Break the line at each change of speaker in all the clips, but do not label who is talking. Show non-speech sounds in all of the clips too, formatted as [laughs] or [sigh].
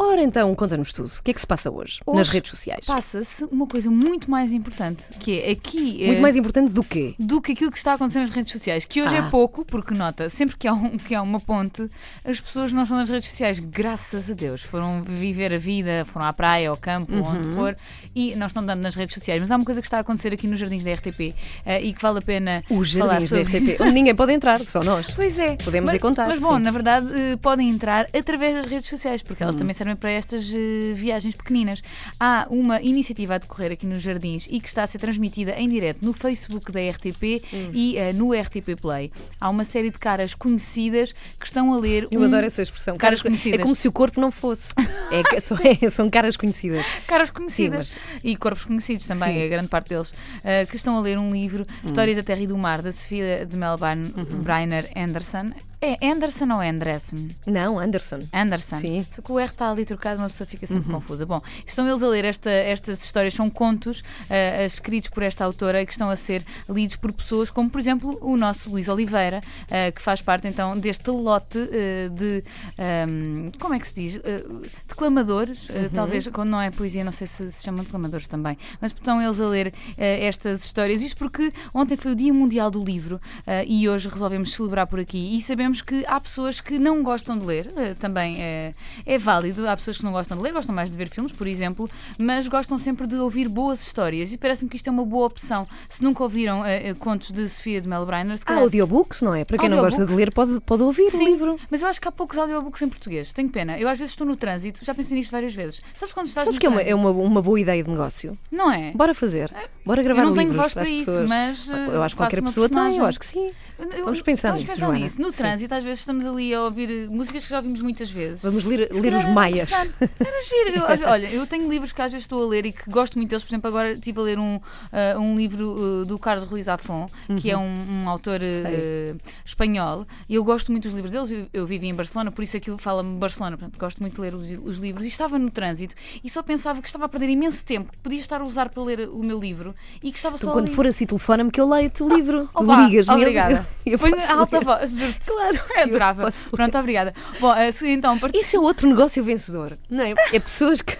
Ora então, conta-nos tudo. O que é que se passa hoje, nas
Hoje
redes sociais?
Passa-se uma coisa muito mais importante, que é aqui.
Muito
eh,
mais importante do quê?
do que aquilo que está acontecendo nas redes sociais, que hoje
Ah.
é pouco, porque nota, sempre que há, um- que há uma ponte, as pessoas não estão nas redes sociais, graças a Deus. Foram viver a vida, foram à praia, ao campo,
Uhum.
onde for, e não estão dando nas redes sociais. Mas há uma coisa que está a acontecer aqui nos jardins da RTP eh, e que vale a pena
Os
falar
jardins da
sobre. [laughs]
RTP, onde ninguém pode entrar, só nós.
Pois é.
Podemos
mas,
ir contar,
Mas bom,
sim. Hum.
na verdade, eh, podem entrar através das redes sociais, porque elas também servem para estas eh, viagens pequeninas. Há uma iniciativa a decorrer aqui nos Jardins e que está a ser transmitida em direto no Facebook da RTP
Hum.
e eh, no RTP Play. Há uma série de caras conhecidas que estão a ler.
Eu
um-
adoro essa expressão.
Caras
É
conhecidas.
como se o corpo não fosse. É que- só- é- são caras conhecidas.
caras conhecidas
Sim,
e corpos conhecidos também,
Sim. Hum.
a grande parte deles, eh, que estão a ler um livro, Histórias da Terra e do Mar, da Sofia de Melbourne,
Uhum.
Breiner Anderson. É Anderson ou Andressen?
Não, Anderson.
Anderson.
Sim.
Só que o R está ali trocado, uma pessoa fica sempre confusa. Bom, estão eles a ler esta- estas histórias, são contos ah, ah, escritos por esta autora e que estão a ser lidos por pessoas como, por exemplo, o nosso Luís Oliveira, ah, que faz parte então deste lote ah, de. ahm, como é que se diz? Ah, declamadores, ah, talvez quando não é poesia, não sei se se chamam declamadores também, mas estão eles a ler ah, estas histórias. Isto porque ontem foi o Dia Mundial do Livro ah, e hoje resolvemos celebrar por aqui e sabemos que há pessoas que não gostam de ler, ah, também eh, é válido, há pessoas que não gostam de ler, gostam mais de ver filmes, por exemplo, mas gostam sempre de ouvir boas histórias e parece-me que isto é uma boa opção. Se nunca ouviram eh, eh, contos de Sofia de Mel Briner, se
Há
calhar-
audiobooks, não é? Para quem não gosta de
ah. Audiobooks.
ler, pode, pode ouvir o
Sim,
livro.
mas eu acho que há poucos audiobooks em português. Tenho pena. Eu às vezes estou no trânsito, já pensei nisto várias vezes. Sabes quando estás
Sabes
no
que é uma, é
trânsito?
uma, uma boa ideia de negócio?
Não é?
Bora fazer. Bora gravar
Eu não tenho
livros
voz
para as
para isso,
pessoas. Ah,
mas. eh,
Eu acho que qualquer
faço
pessoa
uma
tem, eu
personagem.
acho que sim.
Eu-
Vamos pensar
vamos
nisso,
pensar
Joana.
nisso. No
Sim.
trânsito, às vezes estamos ali a ouvir eh, músicas que já ouvimos muitas vezes. Ah,
Vamos ler,
Se
ler os
calhar era
maias.
interessante. Era giro.
[laughs]
Eu, às- olha, eu tenho livros que às vezes estou a ler e que gosto muito deles. Por exemplo, agora estive a ler um, ah, um livro ah, do Carlos Ruiz Afon, que é
Uhum.
um, um autor ah, espanhol. E eu gosto muito dos livros deles. Eu, eu vivi em Barcelona, por isso aquilo fala-me de Barcelona. Portanto, gosto muito de ler os, os livros. E estava no trânsito e só pensava que estava a perder imenso tempo, que podia estar a usar para ler o meu livro e que estava
Tu,
só
quando
ali.
for assim, telefona-me que eu leio-te o livro. tu
Opa,
ligas nele.
Obrigada.
[laughs] Eu
Põe
faço
a alta
ler.
voz, juro-te. [laughs]
Claro,
Eu
eu
adorava.
posso ler.
Pronto, obrigada. Bom, ah, se então partilha.
Isso é outro negócio vencedor, não é? É pessoas que,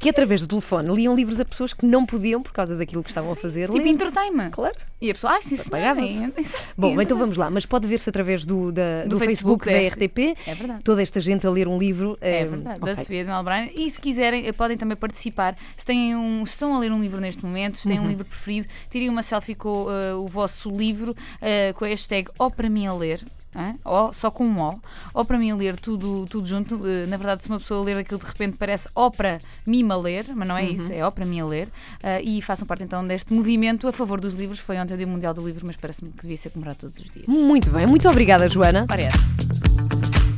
que através do telefone liam livros a pessoas que não podiam por causa daquilo que estavam a fazer.
Tipo,
Liam.
entretém-me. [laughs]
Claro.
E a pessoa, ai, sim, [laughs] senhora.
Apagava-se.
é- isso-
Bom,
é-
então vamos lá, mas pode ver-se através do, da- do,
Do
Facebook,
Facebook
da
da
RTP.
É verdade.
Toda esta gente a ler um livro.
É
hum,
verdade,
ok.
da Sofia de Melbourne. E se quiserem, eh, podem também participar. Se, têm um, se estão a ler um livro neste momento, se têm
Uhum.
um livro preferido, tirem uma selfie com eh, o vosso livro eh, com a hashtag ou para mim a ler. hã? Ou só com um O, ou para mim a ler tudo, tudo junto. Eh, na verdade, se uma pessoa ler aquilo de repente parece ó para mim a ler, mas não é isso,
Uhum.
é ó para mim a ler. Eh, e façam parte então deste movimento a favor dos livros. Foi ontem o Dia Mundial do Livro, mas parece-me que devia ser comemorado todos os dias.
Muito bem, muito obrigada, Joana.
Parece.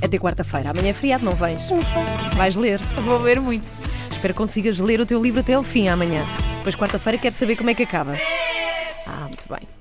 Até quarta-feira. Amanhã é feriado, não vens? Vais ler.
Vou ler muito.
Espero que consigas ler o teu livro até ao fim amanhã. Depois, quarta-feira, quero saber como é que acaba. Ah, muito bem.